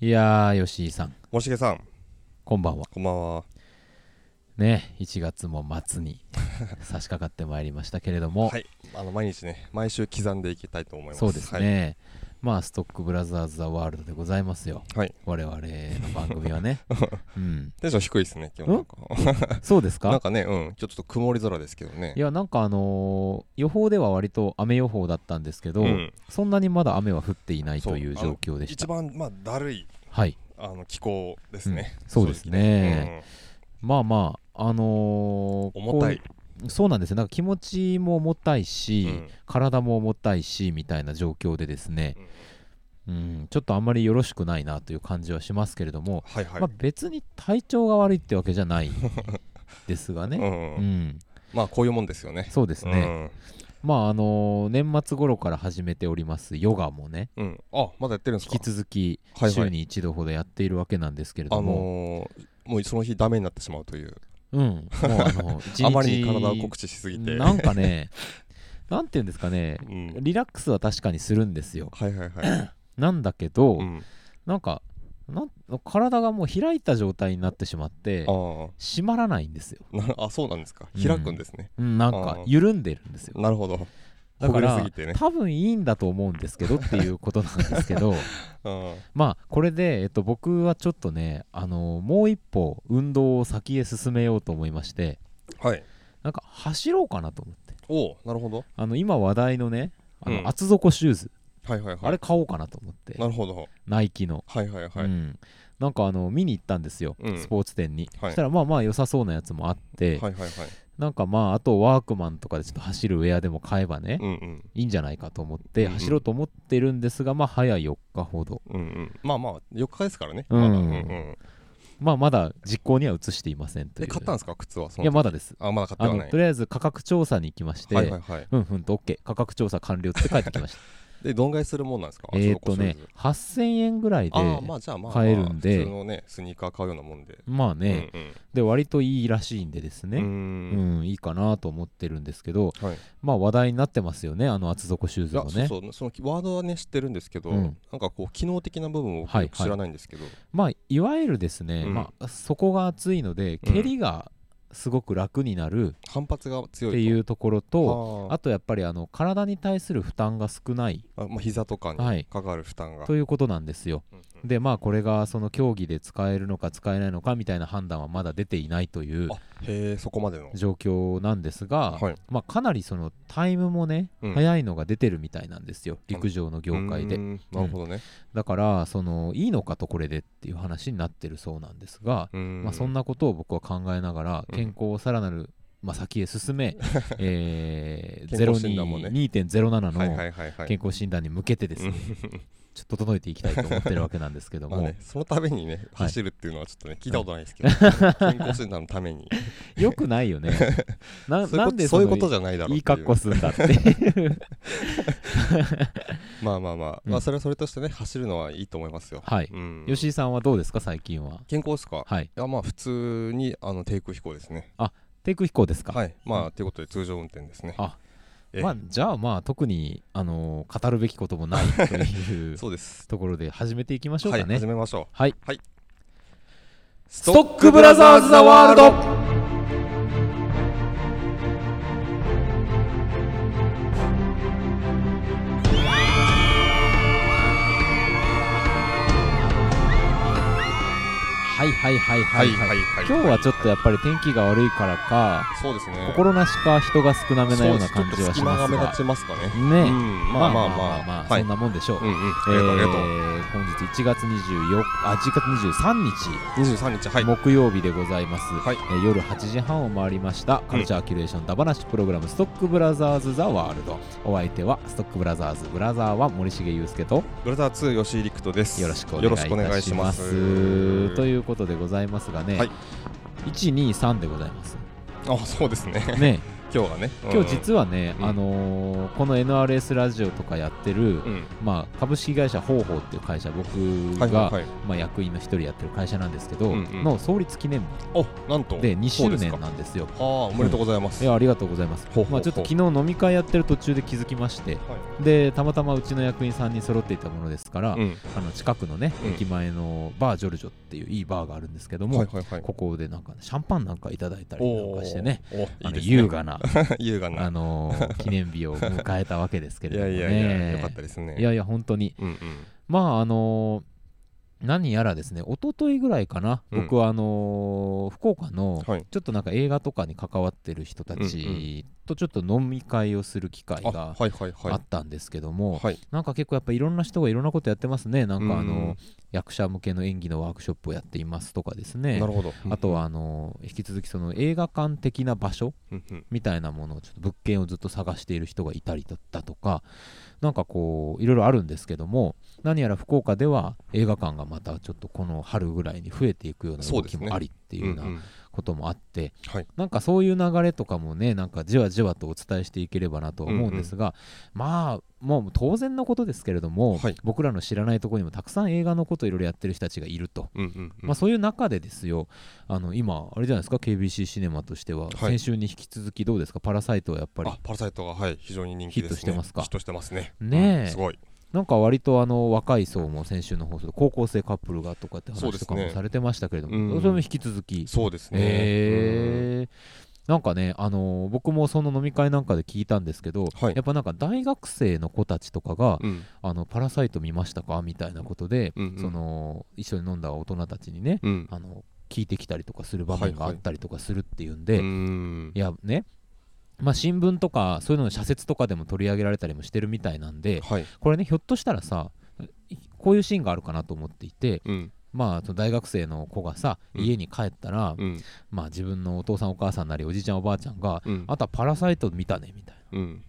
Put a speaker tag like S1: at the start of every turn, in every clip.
S1: いやー、吉井さん、
S2: もしげさん
S1: こんばんは。
S2: こんばんは
S1: ね、1月も末に差し掛かってまいりましたけれども、
S2: はいあの毎日ね毎週刻んでいきたいと思います
S1: そうですね、まあ、ストックブラザーズ・ザ・ワールドでございますよ。
S2: はい、はい、
S1: 我々の番組はね。 うん、
S2: テンション低いですね今日なんか
S1: そうです
S2: なん
S1: か
S2: かねうん今日ちょっと曇り空ですけどね
S1: いや、なんかあのー予報では割と雨予報だったんですけど、
S2: うん
S1: そんなにまだ雨は降っていない
S2: そう
S1: という状況でした
S2: 一。番まあだるい
S1: はい、
S2: あの気候ですね、
S1: うんそうですねまあまあ、あのー
S2: 正直ね、うん重たい
S1: こうそうなんですよ。なんか気持ちも重たいし、
S2: うん
S1: 体も重たいしみたいな状況でですね、
S2: うん
S1: うん、ちょっとあんまりよろしくないなという感じはしますけれども、
S2: はいはい、
S1: まあ、別に体調が悪いってわけじゃないですが
S2: う
S1: ね、
S2: ん
S1: う
S2: うんんまあこういうもんですよね
S1: そうですね、まああのー年末頃から始めておりますヨガもね
S2: うん、うん、あまだやってるんですか
S1: 引き続き
S2: はいはい
S1: 週に一度ほどやっているわけなんですけれ
S2: あ
S1: ども、
S2: のー、もうその日ダメになってしまうという
S1: うんもうあの一日
S2: あまりに体を酷使しすぎて
S1: なんかねなんていうんですかね
S2: うん、
S1: リラックスは確かにするんですよ
S2: はいはいはい、
S1: なんだけど、
S2: うん、
S1: なんかなん体がもう開いた状態になってしまって
S2: あ
S1: 閉まらないんですよ、
S2: あなあそうなんですか開くんですね、
S1: うん、なん
S2: あ
S1: か
S2: ー
S1: 緩んでるんですよ
S2: なるほど
S1: だか
S2: ほぐれす
S1: ら
S2: ぎてね
S1: 多分いいんだと思うんですけどっていうことなんですけ ど
S2: うん
S1: まあこれで、えっと、僕はちょっとね、あのもう一歩運動を先へ進めようと思いまして
S2: はい
S1: なんか走ろうかなと思って
S2: おおなるほど
S1: あの今話題のねあの
S2: うん
S1: 厚底シューズ、
S2: はいはいはい
S1: あれ買おうかなと思って
S2: なるほど
S1: ナイキの
S2: はいはいは
S1: う
S2: い
S1: ん、なんかあの見に行ったんですよ、
S2: うん
S1: スポーツ店に、
S2: は
S1: そ
S2: い
S1: したらまあまあ良さそうなやつもあって、
S2: はいはいはい
S1: なんかまああとワークマンとかでちょっと走るウェアでも買えばね、
S2: うんうん
S1: いいんじゃないかと思っ
S2: う
S1: て
S2: んうん
S1: 走ろうと思ってるんですが、まあ早4日ほど
S2: うんうんまあまあ4日ですからね
S1: うん
S2: まだうんうん
S1: まあまだ実行には移していませんとい
S2: で
S1: う
S2: 買ったんですか靴はそ
S1: い
S2: の
S1: やまだです
S2: あまだ買
S1: あ
S2: ってはな
S1: の
S2: い
S1: とりあえず価格調査に行きまして、
S2: はいはいはい
S1: うんうんと OK 価格調査完了って帰ってきま した
S2: でどんぐらいするもんなんですか
S1: えーっとね8000円ぐらいで
S2: ああまあじゃあまあまあ
S1: 買えるんで
S2: 普通のねスニーカー買うようなもんで
S1: まあね、
S2: うん
S1: で割といいらしいんでです
S2: うんう
S1: ね、うん
S2: ん
S1: いいかなと思ってるんですけど
S2: はい
S1: まあ話題になってますよねあの厚底シュー
S2: い
S1: ズ
S2: や
S1: も
S2: そう
S1: ね
S2: そうそのワードはね知ってるんですけど
S1: う
S2: なん
S1: ん
S2: かこう機能的な部分を僕
S1: はい
S2: よく知らないんですけど
S1: まあいわゆるですね、
S2: うん
S1: まあ、そこが厚いので
S2: うん
S1: 蹴りがすごく楽になる
S2: 反発が強い
S1: っていううところと、
S2: あ
S1: あとやっぱりあの体に対する負担が少ない
S2: ーあまあ膝とか
S1: は
S2: に
S1: い
S2: かかる負担が
S1: ということなんですよ。
S2: うんうん
S1: でまあこれがその競技で使えるのか使えないのかみたいな判断はまだ出ていないという
S2: あへえそこまでの
S1: 状況なんですが、
S2: はい
S1: まあ、かなりそのタイムもね、
S2: うん
S1: 早いのが出てるみたいなんですよ陸上の業界で
S2: うー。んなるほどね
S1: だからそのいいのかとこれでっていう話になってるそうなんですが、
S2: ま
S1: まあ、そん
S2: な
S1: なことを僕は考えながら
S2: うん
S1: 健康をさらなる、まあ、先へ進 め、えー、
S2: 健康診断もね
S1: 02.07
S2: はい
S1: の
S2: はいはいはい
S1: 健康診断に向けてですね、ちょっと整えていきたいと思ってるわけなんですけど
S2: まあ
S1: も、
S2: ねそのためにね
S1: はい
S2: 走るっていうのはちょっとね聞いたことないですけど健康診断のために
S1: よくない よね な
S2: そういう
S1: な
S2: こ
S1: ん
S2: と
S1: で
S2: そういう
S1: の
S2: ことじゃないだろう
S1: い
S2: っ
S1: い
S2: て
S1: 格好するんだ って
S2: まあまあまあ
S1: うん
S2: まあそれはそれとしてね走るのはいいと思いますよ
S1: はい、
S2: うん
S1: 吉井さんはどうですか最近は
S2: 健康ですか
S1: はい
S2: いやまあ普通にあの低空飛行ですね
S1: 低空飛行ですか、
S2: はいま
S1: う
S2: あということで通常運転ですね
S1: あ
S2: ええ
S1: まあ、じゃあまあ特に、あのー語るべきこともないと いう
S2: そうです
S1: ところで始めていきましょう
S2: は
S1: か
S2: い
S1: ね
S2: 始めましょう
S1: はい
S2: ス
S1: ストックブラザーズ・ザ・ワールドはいはいはい
S2: は
S1: はいい
S2: はい
S1: は
S2: はいい
S1: 今日はちょっとやっぱり天気が悪いからか
S2: そうですね
S1: 心なしか人が少なめなような感じ
S2: そうで
S1: は
S2: すち
S1: し
S2: ょっと
S1: ま
S2: 隙間が
S1: す
S2: 目
S1: が
S2: 立ちますかね
S1: ね
S2: うん
S1: ま
S2: ま
S1: あ
S2: あ
S1: ま
S2: ま
S1: あ
S2: あ
S1: まあ
S2: まあ
S1: そ
S2: は
S1: ん
S2: い
S1: なもんでしょう
S2: うんうん
S1: え
S2: ありがとうありがとう
S1: ー本日1月24あ1月23日
S2: 23日はい
S1: 木曜日でございます、
S2: はい
S1: えー夜8時半を回りましたカルチャーキュレーションダバナシプログラム、ストックブラザーズ・ザ・ワールドお相手はストックブラザーズブラザーは森重裕介と
S2: ブラザー2吉井陸斗です
S1: よろしくお願いいたします
S2: よろしくお願いします
S1: ということでございますがね、
S2: はい
S1: 123でございます
S2: あそうですね
S1: ね
S2: 今日はね、うん
S1: 今日実はね、
S2: うん
S1: あのーこの NRS ラジオとかやってる、
S2: うん
S1: まあ、株式会社方法っていう会社僕が、
S2: はいはいはい
S1: まあ、役員の一人やってる会社なんですけど、
S2: うんうん
S1: の創立記念
S2: おなんと
S1: 日で2
S2: そう
S1: 周
S2: です
S1: 年
S2: か
S1: なんですよ
S2: ああおめでとうございます、
S1: いやありがとうございます
S2: ほうほうほう
S1: まあ、ちょっと昨日飲み会やってる途中で気づきまして
S2: はい
S1: でたまたまうちの役員さんに揃っていたものですから、
S2: うん
S1: あの近くのね、
S2: うん
S1: 駅前のバージョルジョっていういいバーがあるんですけども、
S2: はいはいはい
S1: ここでなんか、ね、シャンパンなんかいただいたりなんかしてね
S2: おーお
S1: あの
S2: いいですね
S1: 優雅 な、
S2: 優雅な
S1: あのー記念日を迎えたわけですけ
S2: い
S1: れども
S2: や
S1: ね
S2: いやいやよかったですね
S1: いやいや本当に
S2: うんうん
S1: まああのー何やらですね一昨日ぐらいかな、
S2: うん
S1: 僕はあのー福岡の
S2: はい
S1: ちょっとなんか映画とかに関わってる人た
S2: うんう
S1: ちとちょっと飲み会をする機会
S2: あ
S1: が
S2: はいはい
S1: あ
S2: は
S1: ったんですけども、
S2: いはい
S1: なんか結構やっぱいろんな人がいろんなことやってますねなんかあのー
S2: うん
S1: 役者向けの演技のワークショップをやっていますとかです
S2: な
S1: ね
S2: るほど
S1: あとはあのー引き続きその映画館的な場所
S2: うんうん
S1: みたいなものをちょっと物件をずっと探している人がいたりだったとかなんかこういろいろあるんですけども何やら福岡では映画館がまたちょっとこの春ぐらいに増えていくような
S2: そ
S1: 動
S2: うで
S1: き
S2: すね
S1: もありっていうよう
S2: うんう
S1: なんこともあって
S2: はい
S1: なんかそういう流れとかもねなんかじわじわとお伝えしていければなとは思うんですがまあもう当然のことですけれども
S2: はい
S1: 僕らの知らないところにもたくさん映画のことをいろいろやってる人たちがいると。
S2: うんうんうん
S1: まあ、そういう中でですよあの今あれじゃないですか KBC シネマとしては、
S2: い
S1: 先週に引き続きどうですか「パラサイト」はやっぱり
S2: あパラサイトがはい非常に人気です
S1: ヒ
S2: ね
S1: ットしてますか
S2: ヒットしてますね
S1: ねえ
S2: うんすごい
S1: なんか割とあの若い層も先週の放送で高校生カップルがとかって
S2: そう
S1: 話
S2: で
S1: と
S2: す
S1: かも
S2: ね
S1: されてましたけれどもそ,、
S2: うん
S1: れも引き続き
S2: そうですね
S1: えーなんかね、あのー僕もその飲み会なんかで聞いたんですけど、
S2: はい
S1: やっぱなんか大学生の子たちとかが
S2: うんうん
S1: 「あのパラサイト見ましたか?」みたいなことで、
S2: うんうん
S1: その一緒に飲んだ大人たちにね、
S2: うん
S1: あの聞いてきたりとかする場
S2: はい
S1: 面が
S2: はい
S1: あったりとかするっていうんで、
S2: うん
S1: いやね、まあ、新聞とかそういうのの社説とかでも取り上げられたりもしてるみたいなんで
S2: はい
S1: これねひょっとしたらさいこういうシーンがあるかなと思っていて、
S2: うん
S1: まあ、その大学生の子がさ
S2: うん
S1: 家に帰ったら、
S2: うん
S1: まあ、自分のお父さんお母さんなりおじいちゃんおばあちゃんが、
S2: うん
S1: あとはパラサイト見たねみたいな
S2: うん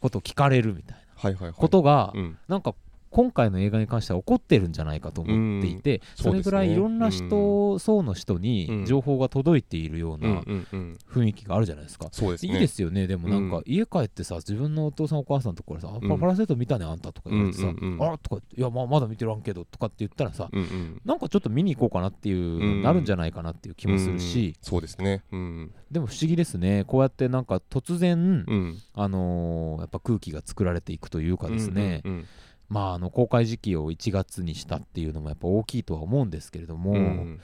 S1: ことを聞かれるみたいな
S2: はいはいはい
S1: ことが、
S2: うん
S1: なんか今回の映画に関しては怒ってるんじゃないかと思っていて、
S2: そうですね
S1: それぐらいいろんな人、層の人
S2: う
S1: に
S2: ん
S1: 情報が届いているよう
S2: うん
S1: な
S2: うんうん
S1: 雰囲気があるじゃないですか。
S2: そうですね
S1: いいですよねでもなんか
S2: うん
S1: 家帰ってさ自分のお父さんお母さんとこからさ「あ
S2: うん
S1: パパラセット見たねあんた」とか言われてさ「
S2: うんうんうん
S1: あとか言って「いやまあまだ見てらんけど」とかって言ったらさ
S2: うんうん
S1: なんかちょっと見に行こうかなっていうのになるんじゃないかなっていう気もするし、
S2: うんそうですねうん
S1: でも不思議ですねこうやってなんか突然、
S2: うん
S1: あのーやっぱ空気が作られていくというかですね、
S2: うんうん
S1: まああの公開時期を1月にしたっていうのもやっぱ大きいとは思うんですけれども、
S2: うんうん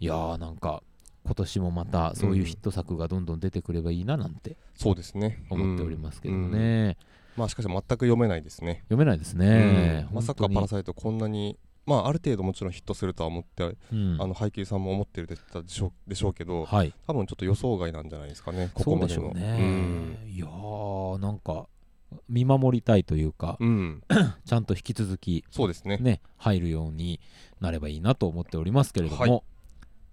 S1: いやーなんか今年もまたそういうヒット作がどんどん出てくればいいななんて
S2: そうですね
S1: 思っておりますけどもね。
S2: うんうんまあしかし全く読めないですね
S1: 読めないですね
S2: う。んまさかパラサイトこんなにまあある程度もちろんヒットするとは思って
S1: イ、うん
S2: あの配給さんも思ってるでしょうでしょうけど
S1: はい、
S2: 多分ちょっと予想外なんじゃないですかねこ
S1: そ
S2: こ
S1: う
S2: ま
S1: で
S2: で
S1: しょ
S2: の
S1: うね。いやー、なんか見守りたいというか、
S2: うんうん
S1: ちゃんと引き続き
S2: そうですね
S1: ね入るようになればいいなと思っておりますけれども、
S2: は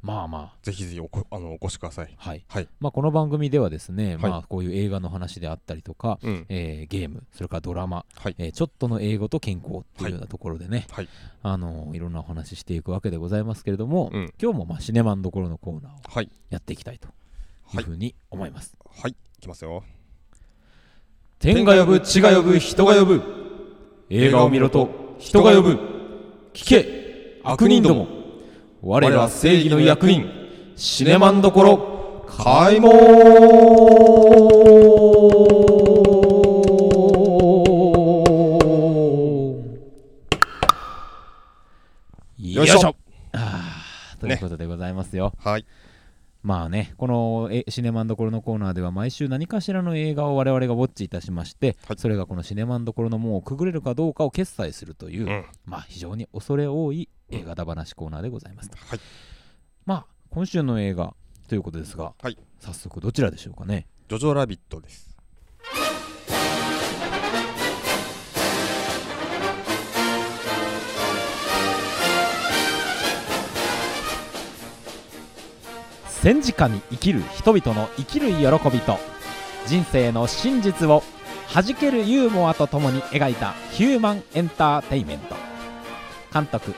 S1: まあま
S2: ぜひぜひおこあのお越しください
S1: あはい、
S2: はい
S1: まあこの番組ではですね、
S2: はい
S1: まあこういう映画の話であったりとか。
S2: うん
S1: えーゲームそれからドラマ、
S2: はい
S1: えーちょっとの英語と健康っていうようなところでね、
S2: はい
S1: あのーいろんなお話ししていくわけでございますけれども、
S2: うん
S1: 今日もまあシネマンどころのコーナーを
S2: はい
S1: やっていきたいという
S2: はい
S1: ふうに思います、
S2: はいいきますよ
S1: 天が呼ぶ地が呼ぶ人が呼ぶ映画を見ろと人が呼ぶ聞け悪人ども我ら正義の役員シネマンどころ開門よいしょあーということでございますよ、
S2: はい
S1: まあね、このえシネマンどころのコーナーでは毎週何かしらの映画を我々がウォッチいたしまして、
S2: はい
S1: それがこのシネマンどころの門をくぐれるかどうかを決済するという、
S2: うん
S1: まあ非常に恐れ多い映画だ話コーナーでございますと。
S2: はい
S1: まあ今週の映画ということですが、
S2: はい
S1: 早速どちらでしょうかね。
S2: ジョジョラビットです
S1: 戦時下に生きる人々の生きる喜びと人生の真実を弾けるユーモアとともに描いたヒューマンエンターテイメント監督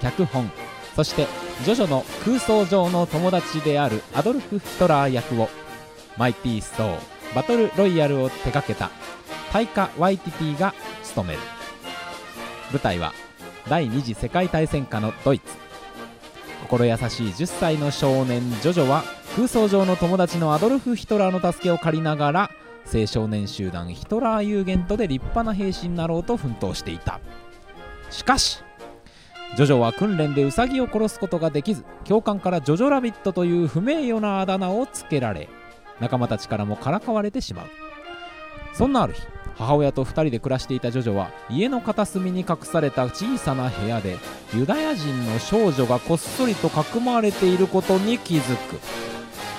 S1: 脚本そしてジョジョの空想上の友達であるアドルフ・ヒトラー役をマイピース・ソーバトルロイヤルを手掛けたタイカ・ワイティティが務める舞台は第二次世界大戦下のドイツ心優しい10歳の少年ジョジョは空想上の友達のアドルフ・ヒトラーの助けを借りながら青少年集団ヒトラーユーゲントで立派な兵士になろうと奮闘していたしかしジョジョは訓練でウサギを殺すことができず教官からジョジョラビットという不名誉なあだ名をつけられ仲間たちからもからかわれてしまうそんなある日母親と2人で暮らしていたジョジョは家の片隅に隠された小さな部屋でユダヤ人の少女がこっそりとかくまわれていることに気づく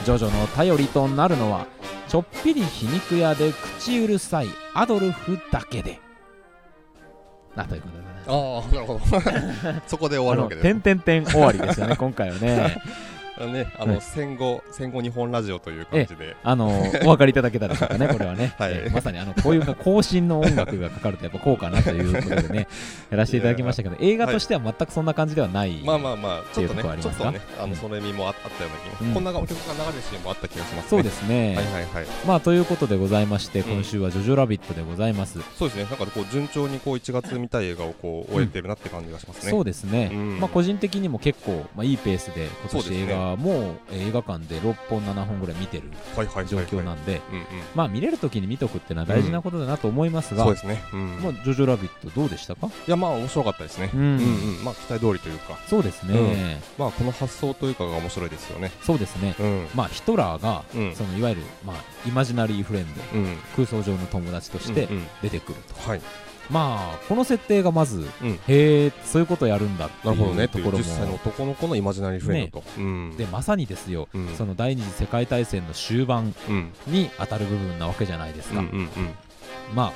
S1: ジョジョの頼りとなるのはちょっぴり皮肉屋で口うるさいアドルフだけでなということでね
S2: ああなるほど そこで終わるわけです
S1: あの点点点終わりですよ ね今回はね
S2: あのねあの、
S1: はい
S2: 戦後戦後日本ラジオという感じで
S1: あのお分かりいただけたでしょう かねこれはね、
S2: はい
S1: えーまさにあのこういう更新の音楽がかかるとやっぱこうかなということで ねやらせていただきましたけど映画としては全くそんな感じではない、
S2: まあまあまあち
S1: ってい
S2: ょっと
S1: うと
S2: ね
S1: こあり
S2: ちょ
S1: ますか
S2: っとねあ
S1: うん
S2: のそれ味もああったような気
S1: う
S2: も
S1: ん
S2: こんな曲が流れるシーンもあった気がしますね
S1: そうですね、
S2: はいはいはい
S1: まあということでございまして
S2: うん
S1: 今週は「ジョジョラビット!」でございます、
S2: そうですねなんかこう順調にこう1月見たい映画をこう終えてるなって感じがしますね
S1: そうですね、
S2: うん
S1: まあ個人的にも結構、まあ、いいペースで今
S2: そう
S1: 年
S2: ですね
S1: 映画、もうえー映画館で6本7本ぐらい見てる
S2: はいはいはいはい
S1: 状況なんで、
S2: うんうん
S1: まあ見れる時に見とくっていうのは大事なことだなと思いますが、
S2: そうですねうん
S1: まあ、ジョジョラビットどうでしたか、
S2: いやまあ面白かったですね
S1: う
S2: うんんうんまあ期待通りというか
S1: そうですね、
S2: うんまあこの発想というかが面白いですよね
S1: そうですね、
S2: うん
S1: まあ、ヒトラーが、
S2: うん
S1: そのいわゆる、まあ、イマジナリーフレンド
S2: うん
S1: 空想上の友達として
S2: うんうん
S1: 出てくると、
S2: はい
S1: まあこの設定がまず、
S2: うん
S1: へえそういうことやるんだって
S2: なるほど
S1: い
S2: ね
S1: うところ
S2: 10歳の
S1: も
S2: 男の子のイマジナリーフレンドとうん
S1: でまさにですよ、
S2: うん
S1: その第二次世界大戦の終盤
S2: うん
S1: に当たる部分なわけじゃないです
S2: うん
S1: か、
S2: うんうん
S1: まあ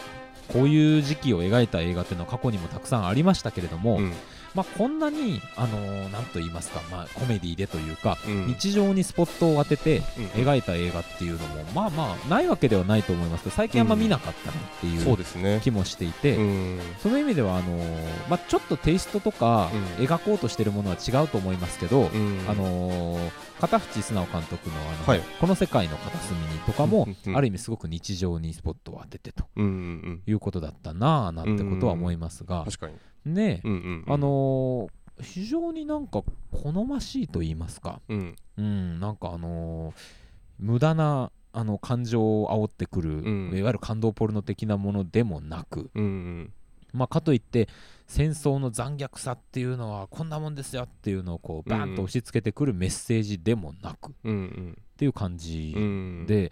S1: こういう時期を描いた映画っていうのは過去にもたくさんありましたけれども、
S2: うん
S1: まあ、こんなに、あのーなんと言いますか、まあ、コメディでというか、
S2: うん
S1: 日常にスポットを当てて
S2: うん
S1: 描いた映画っていうのもまあまあないわけではないと思いますけど最近あんま見なかったなってい
S2: そう
S1: う
S2: ですね
S1: 気もしていて、
S2: うん
S1: その意味ではあのーまあ、ちょっとテイストとか
S2: うん
S1: 描こうとしてるものは違うと思いますけど、
S2: うん
S1: あのー片渕素直監督のあの、
S2: はい
S1: この世界の片隅に」とかも、
S2: うんうん
S1: ある意味すごく日常にスポットを当ててと
S2: うんうんうん
S1: いうことだったなあなんてことは思いますが、
S2: 確かに
S1: ねえ
S2: うんうんうん
S1: あのー非常になんか好ましいと言いますか、
S2: うん
S1: うん、なんかあのー無駄なあの感情を煽ってくる、
S2: うん
S1: いわゆる感動ポルノ的なものでもなく、
S2: うんうん
S1: まあ、かといって戦争の残虐さっていうのはこんなもんですよっていうのをこうバーンと押し付けてくるメッセージでもなくっ
S2: うん
S1: ていう感じ
S2: うんうん
S1: で、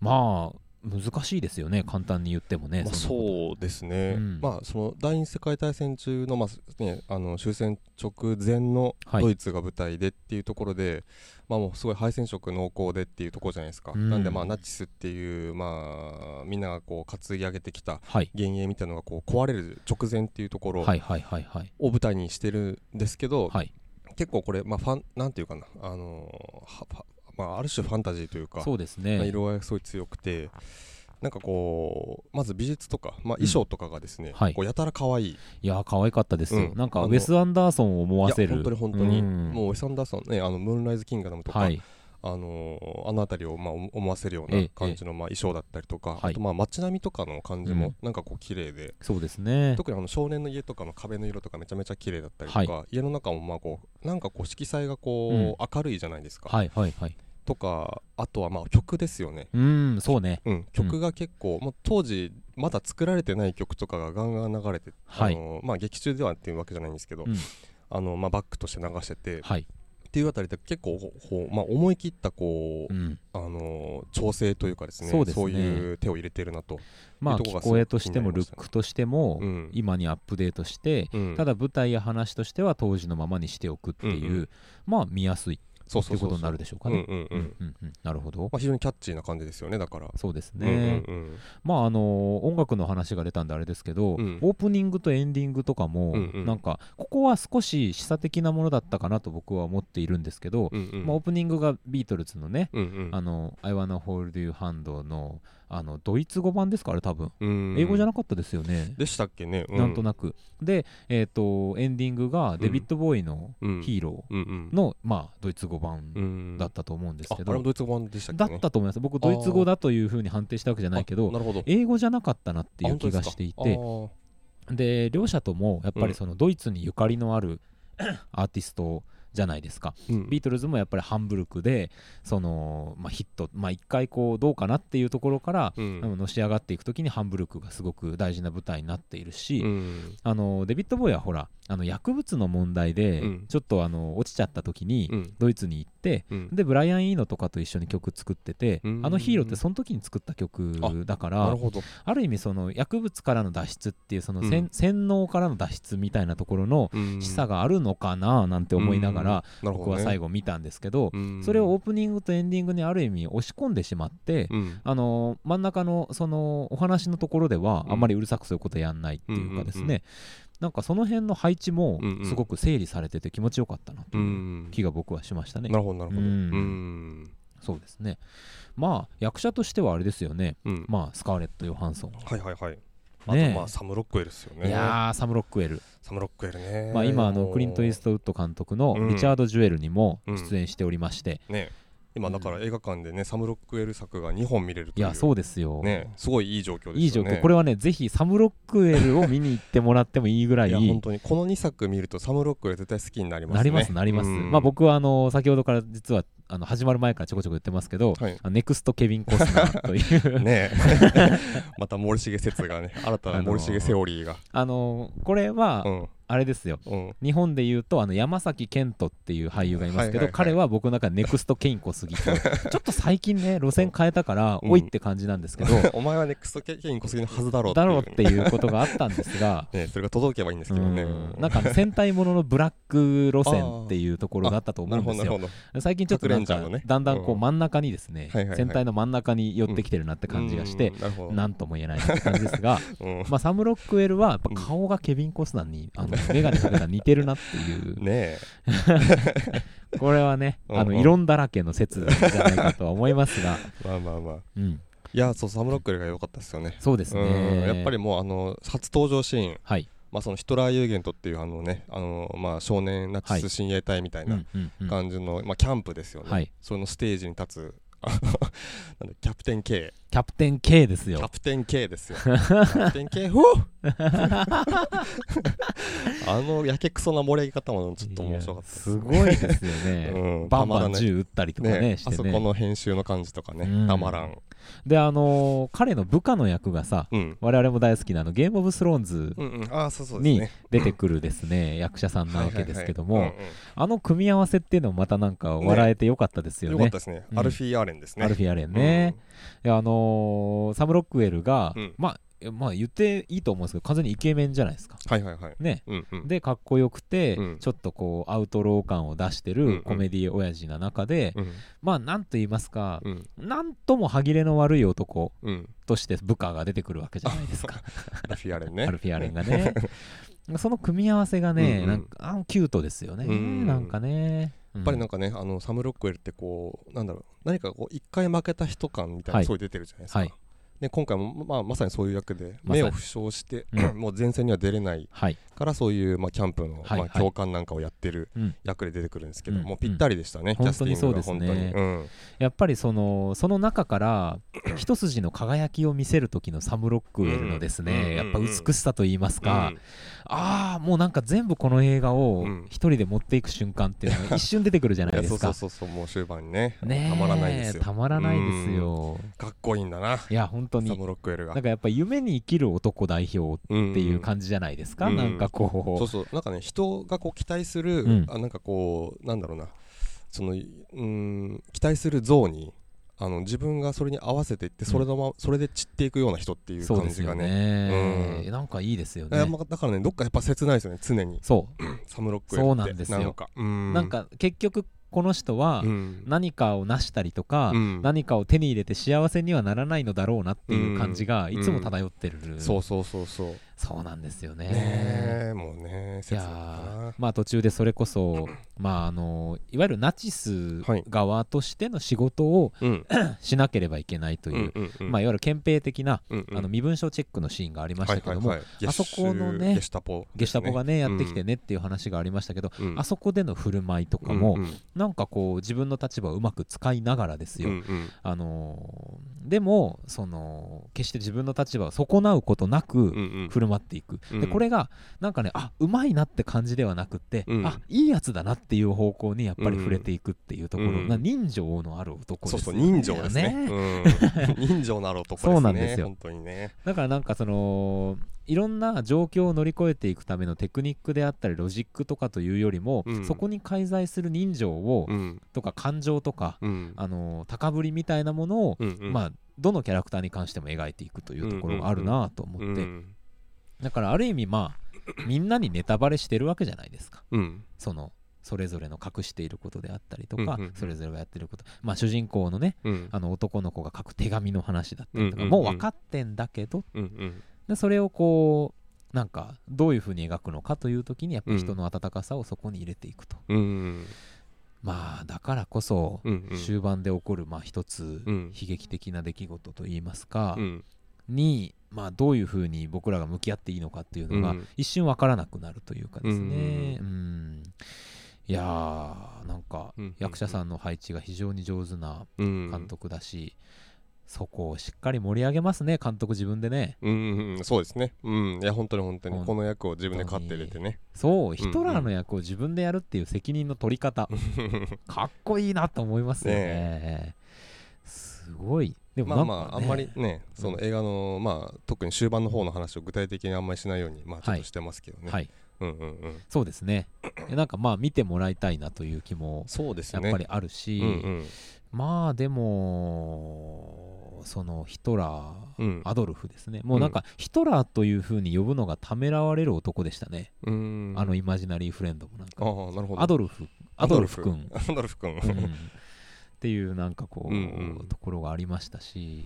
S1: まあ難しいですよね簡単に言ってもね。
S2: まあ、
S1: んなこと
S2: そうですね、
S1: うん
S2: まあその第二次世界大戦中の,、まあね、あの終戦直前の
S1: はい
S2: ドイツが舞台でっていうところで、まあもうすごい敗戦色濃厚でっていうところじゃないですか、
S1: うん
S2: なんでまあナチスっていうまあみんながこう担い上げてきた
S1: はい
S2: 幻影みたいなのがこう壊れる直前っていうところ
S1: はいはいはいはい
S2: を舞台にしてるんですけど、
S1: はい
S2: 結構これまあファンなんていうかなあのーははまあある種ファンタジーというか
S1: そうです
S2: まあ
S1: ね
S2: 色合いがすごい強くてなんかこうまず美術とか、まあ、衣装とかがですね、
S1: はい
S2: こうやたら可愛いい
S1: いやー可愛かったですよ、
S2: うん
S1: なんか
S2: あ
S1: ウ
S2: の
S1: ェス・アンダーソンを思
S2: い
S1: わ
S2: や
S1: せる
S2: 本当に本当に、
S1: ん
S2: もうウェス・アンダーソンねあのムーンライズ・キングダムとか、
S1: はい
S2: あのーあの辺りをまあ思思わせるよう
S1: ええ
S2: な感じのまあ衣装だったりとか、
S1: はい
S2: あとまあ街並みとかの感じ
S1: う
S2: も
S1: ん
S2: なんかこう綺麗で、
S1: そうですね
S2: 特にあの少年の家とかの壁の色とかめちゃめちゃ綺麗だったりとか、家の中もまあこうなんかこう色彩がこう、明るいじゃないですか、
S1: はいはいはい
S2: とかあとはまあ曲ですよね
S1: うんそうね
S2: うん、曲が結構、もう当時まだ作られてない曲とかがガンガン流れて、
S1: はい
S2: あのまあ、劇中ではっていうわけじゃないんですけど、
S1: うん
S2: あのまあ、バックとして流してて、っ
S1: はい、
S2: ていうあたりで結構こうこう、まあ、思い切ったこう、
S1: うん、
S2: あの調整というかですね
S1: そうですね
S2: いう手を入れてるなと、
S1: まあ
S2: いうとこ
S1: 聞
S2: が
S1: こえとしても
S2: すご
S1: ル
S2: い気にな
S1: ッ
S2: りましたね
S1: クとしても、
S2: うん
S1: 今にアップデートして、
S2: うん
S1: ただ舞台や話としては当時のままにしておくっていう、
S2: うんうん
S1: まあ見やすい
S2: そ
S1: っ
S2: う
S1: てい
S2: そう
S1: う
S2: そ
S1: こと
S2: う
S1: にな
S2: そう
S1: るでしょうかね。
S2: うんうんうん
S1: うんうんなるほど、
S2: まあ、非常にキャッチーな感じですよねだから。
S1: そうですね、
S2: うんうん
S1: まああのー音楽の話が出たんであれですけど、
S2: うん
S1: オープニングとエンディングとかも、
S2: うんうん
S1: なんかここは少し示唆的なものだったかなと僕は思っているんですけど、
S2: うんうんうん
S1: まあ、オープニングがビートルズのね、
S2: うんうん
S1: あの「I wanna hold you hand」のあのドイツ語版ですから多分
S2: うん
S1: 英語じゃなかったですよね、
S2: でしたっけね、う
S1: なんとなくで、えっとエンディングがデビッド・ボーイの
S2: うん
S1: ヒーロ
S2: うんうん
S1: ーの、まあ、ドイツ語版
S2: うん
S1: だったと思うんです
S2: あ
S1: け
S2: あ
S1: ど、
S2: れもドイツ語版でしたっけ、
S1: だ
S2: ね、
S1: ったと思います僕ドイツ語だというふうに判定したわけじゃないけ
S2: あ
S1: ど
S2: なるほど
S1: 英語じゃなかったなってい
S2: あ
S1: う
S2: 本
S1: 気
S2: 当です
S1: が
S2: か
S1: してい
S2: あ
S1: て
S2: ー
S1: で両者ともやっぱりそのドイツにゆかりのある アーティストじゃないですか
S2: うん
S1: ビートルズもやっぱりハンブルクでその、まあ、ヒット、まあ、一回こうどうかなっていうところから、
S2: うん
S1: あののし上がっていく時にハンブルクがすごく大事な舞台になっているし、
S2: うん
S1: あのデビッド・ボーイはほらあの薬物の問題で
S2: うん
S1: ちょっとあの落ちちゃった時に
S2: うん
S1: ドイツに行って、
S2: うん
S1: でブライアン・イーノとかと一緒に曲作ってて、
S2: うん
S1: あのヒーローってその時に作った曲だか
S2: な
S1: ら
S2: るほど
S1: ある意味その薬物からの脱出っていうそのせん、
S2: うん
S1: 洗脳からの脱出みたいなところの示唆
S2: っ
S1: があるのかななんて思いながら、僕は最
S2: 後
S1: 後見たんですけど、それをオープニングとエンディングにある意味押し込んでしまって、
S2: うん
S1: あの真ん中のそのお話のところでは
S2: うん
S1: あんまりうるさくそういうことやんないっていうかですね、
S2: うんうんうん
S1: なんかその辺の配置も
S2: うんうん
S1: すごく整理されてて気持ちよかったなと
S2: う
S1: いうん気が僕はしましたね、
S2: なるほどなるほど
S1: う
S2: うんん
S1: そうですねまあ役者としてはあれですよね
S2: うん
S1: まあスカーレット・ヨハンソン、
S2: はいはいはいあ
S1: ね
S2: と
S1: え
S2: まあサム・ロックウェルですよね
S1: いやーサム・ロックウェル、
S2: サム・ロックウェルね
S1: まあ、今あの
S2: もう
S1: クリント・イーストウッド監督の
S2: うん
S1: リチャード・ジュエルにも出演しておりまして、
S2: ね今だから映画館でねサム・ロックウェル作が2本見れると
S1: い
S2: いう
S1: やそうですよ、
S2: ねすごいいい状況ですよね
S1: いい状況、これはねぜひサム・ロックウェルを見に行ってもらってもいいぐらい
S2: いや本当にこの2作見るとサム・ロックウェル絶対好きになりますね
S1: なりますなります、
S2: うん
S1: まあ僕はあの先ほどから実はあの始まる前からちょこちょこ言ってますけど、
S2: はい
S1: あのネクストケビン・コスナーという、
S2: ね また森重説がね新たな森重セオリーが
S1: あのこれは
S2: うん
S1: あれですよ
S2: うん
S1: 日本で言うとあの山崎賢人っていう俳優がいますけど、
S2: はいはいはい
S1: 彼は僕の中でネクストケインコスギと ちょっと最近ね路線変えたから、
S2: うん
S1: おいって感じなんですけど
S2: お前はネクストケイン小杉のはずだろう
S1: だろうっ
S2: いう
S1: ていうことがあったんですが
S2: ねそれが届けばいいんです
S1: う
S2: けどね
S1: んなんかあの戦隊もののブラック路線っていうところがあったと思
S2: な
S1: う
S2: る
S1: ん
S2: ほ
S1: で
S2: ど
S1: す
S2: な
S1: よ
S2: るほど
S1: 最近ちょっとなんか
S2: 各レンジャーのね
S1: だんだんこう
S2: うん
S1: 真ん中にですね、
S2: はいはいはい
S1: 全体の真ん中に寄ってきてるなって感じがして、
S2: うんなるほど
S1: なんとも言えないって感じですが
S2: うん
S1: まあサム・ロックウェルはやっぱ顔がケビン・コスナーに、あの眼鏡かけたら似てるなっていう、
S2: ねえ
S1: これはねあ
S2: うん
S1: の
S2: うん
S1: 異論だらけの説じゃないかとは思います が、
S2: まあまあまあ
S1: うん、
S2: いやそうサム・ロックウェルが良かったですよね
S1: そうです
S2: うん
S1: ね
S2: やっぱりもうあの初登場シーン
S1: はい、
S2: まあそのヒトラー・ユーゲントっていうあのねあのまあ少年ナチス親衛隊みたいな
S1: うんうんうん
S2: 感じのまあキャンプですよね
S1: はい、
S2: そのステージに立つあの なんだキャプテン K
S1: キャプテン K です
S2: キャ
S1: よ
S2: プテン K です よキャプテン K ふぅ あのやけくそな漏れ方もちょっと面白かった
S1: い
S2: で
S1: やす
S2: す
S1: ごいですよね、
S2: うん
S1: バ
S2: た
S1: ン
S2: ま
S1: バ
S2: ら
S1: ン
S2: ない
S1: 銃撃ったりとかね
S2: ね
S1: し
S2: あ
S1: て
S2: そ
S1: ね
S2: この編集の感じとかね
S1: うん
S2: たまらん
S1: であのー彼の部下の役がさ
S2: うん
S1: 我々も大好きなあのゲームオブスローンズ
S2: うんうんああそうそうです
S1: に
S2: ね
S1: 出てくるです ね役者さんな
S2: は
S1: わ
S2: いはいは
S1: け
S2: い
S1: ですけど
S2: うん
S1: もあの組み合わせっていうのもまたなんか
S2: ね
S1: 笑えてよかったです
S2: うん
S1: よ
S2: よ
S1: ね
S2: かったですね
S1: うん
S2: アルフィー・アーレンですね
S1: アルフィアレンね、いやあのーサム・ロックウェルが、
S2: うん
S1: まあえまあ言っていいと思うんですけど完全にイケメンじゃないですか
S2: うんはいはいはい
S1: ね
S2: うんうん
S1: でかっこよくて、
S2: うん
S1: ちょっとこうアウトロー感を出して
S2: うんうん
S1: るコメディ親父な中で、
S2: うん
S1: まあなんと言いますか、
S2: うん
S1: なんとも歯切れの悪い男
S2: うん
S1: として部下が出てくるわけじゃないですか
S2: アルフィー・アーレンね
S1: アルフィアレンがねその組み合わせがね、
S2: うんうん
S1: なんかあキュートですよね、
S2: うん
S1: なんかねや
S2: やっぱりなん
S1: か、
S2: かねあのサム・ロックウェルってこうなんだろう何かこう一回負けた人感みたい
S1: は
S2: なの
S1: い
S2: すごい出てるじゃないですか、
S1: はい
S2: で今回も、まあ、まさにそういう役で
S1: まさに
S2: 目を負傷して、
S1: う
S2: もう前線には出れない
S1: はい
S2: からそういう、まあ、キャンプ
S1: はい
S2: の、ま
S1: はい
S2: あ、教官なんかをやってる
S1: うん
S2: 役で出てくるんですけど、
S1: うん
S2: もうぴったりでしたね、
S1: うん
S2: キャスティング
S1: 本
S2: が本
S1: 当
S2: 当
S1: に
S2: に
S1: そうですね
S2: うん
S1: やっぱりそのその中から一筋の輝きを見せる時のサム・ロックウェルのです
S2: うんうん
S1: ね、
S2: うん
S1: やっぱ美しさと言いますか、
S2: うん
S1: ああもうなんか全部この映画を
S2: うん
S1: 一人で持っていく瞬間っていうのが一瞬出てくるじゃない
S2: いや
S1: で
S2: そ
S1: す
S2: うそ
S1: か
S2: う。そうそうもう終盤にね
S1: ねえ
S2: たまらないですよ
S1: たまらないですよ。
S2: かっこいいんだなサ
S1: いや本当に
S2: ム・ロックウェルが
S1: なんかやっぱ夢に生きる男代表
S2: っ
S1: っていう感じじゃないですか、
S2: うん
S1: なんかこう
S2: そうそうなんかね人がこう期待する、
S1: うん
S2: あなんかこうなんだろうなそのうん期待する像にあの自分がそれに合わせていってそれのま、それで散っていくような人っていう
S1: そう
S2: 感
S1: です
S2: じ
S1: よ
S2: がね
S1: ね、
S2: うん
S1: なんかいいですよ
S2: いや
S1: ね
S2: まあだからねどっかやっぱ切ないですよね常に
S1: そう、
S2: サムロックウェルって
S1: そうなんですよ
S2: かうん
S1: なんか結局この人は
S2: うん
S1: 何かを成したりとか、
S2: うん
S1: 何かを手に入れて幸せにはならないのだろうなっていう感じが
S2: うん
S1: いつも漂ってる、
S2: そうそうそうそうね
S1: そうなんですよね
S2: えもうね
S1: い
S2: 切
S1: や
S2: ないなな
S1: まあ、途中でそれこそ、まあ、あのいわゆるナチス
S2: はい
S1: 側としての仕事を
S2: うん
S1: しなければいけないという、
S2: うんうん
S1: まあ、いわゆる憲兵的な、
S2: うんうん
S1: あの身分証チェックのシーンがありましたけども、
S2: はいはいはい
S1: あそこのね
S2: ゲシュゲシュタポ
S1: ゲシュタポがねやってきて
S2: ね
S1: ねっていう話がありましたけど、
S2: うんうん
S1: あそこでの振る舞いとかも、なんかこう自分の立場をうまく使いながらですよ、
S2: うんうん
S1: あのーでもその決して自分の立場を損なうことなく
S2: うんうん
S1: 振る舞っていく、
S2: うん
S1: でこれがなんかねあうまいなって感じではなくって、
S2: うん
S1: あいいやつだなっていう方向にやっぱり触れていくっていうところ、
S2: うん
S1: な人情のある男
S2: そ
S1: で
S2: う
S1: す
S2: そ
S1: よ
S2: う
S1: ね
S2: 人情ですねうん人情なる男ですね
S1: そうなんですよ
S2: 本当にね
S1: だからなんかそのいろんな状況を乗り越えていくためのテクニックであったりロジックとかというよりも、
S2: うん
S1: そこに介在する人情を、
S2: うん
S1: とか感情とか、
S2: うん
S1: あのー高ぶりみたいなものを、
S2: うんうん
S1: まあ、どのキャラクターに関しても描いていくというところがあるなと思って、
S2: うん
S1: だからある意味まあみんなにネタバレしてるわけじゃないですか
S2: うん
S1: そのそれぞれの隠していることであったりとか、
S2: うんうんうん
S1: それぞれがやってること、まあ、主人公のね
S2: うん
S1: あの男の子が書く手紙の話だったりとか、
S2: うんうんうん
S1: もう分かってんだけど
S2: うんうん
S1: でそれをこうなんかどういうふうに描くのかという時にやっぱり人の温かさをそこに入れていくと、
S2: うん
S1: まあだからこそ、
S2: うんうん
S1: 終盤で起こるまあ一つ
S2: うん
S1: 悲劇的な出来事といいますか、
S2: うん
S1: に、まあ、どういうふうに僕らが向き合っていいのかっていうのが
S2: うん
S1: 一瞬わからなくなるというかですね。
S2: う
S1: うんいやーなんか
S2: うん
S1: 役者さんの配置が非常に上手な
S2: うん
S1: 監督だし、そこをしっかり盛り上げますね監督自分でね
S2: うんうんうんそうですねうんいや本当に本当
S1: 本
S2: に
S1: 当
S2: こ
S1: に
S2: の役を自分で勝って入れてね
S1: そう
S2: うん
S1: ヒトラーの役を自分でやるっていう責任の取り方、かっこいいなと思いますよねすごいでもな
S2: まあ
S1: んか、
S2: ま
S1: ね
S2: ああんまりねその映画のまあ特に終盤の方の話を具体的にあんまりしないようにまあちょっとしてますけどね
S1: はい
S2: うんうんうん
S1: そうですねえなんかまあ見てもらいたいなという気も
S2: そうです
S1: やっ
S2: ね
S1: ぱりあるし、
S2: うんうん
S1: まあでもそのヒトラー、
S2: うん
S1: アドルフですねもうなんかヒトラーというふうに呼ぶのがためらわれる男でしたね、
S2: うん
S1: あのイマジナリーフレンドもなん
S2: あ
S1: か、
S2: あなるほど
S1: アドルフアドルフ君
S2: アドルフ君
S1: うんっていうなんかこう、
S2: うんうん
S1: ところがありましたし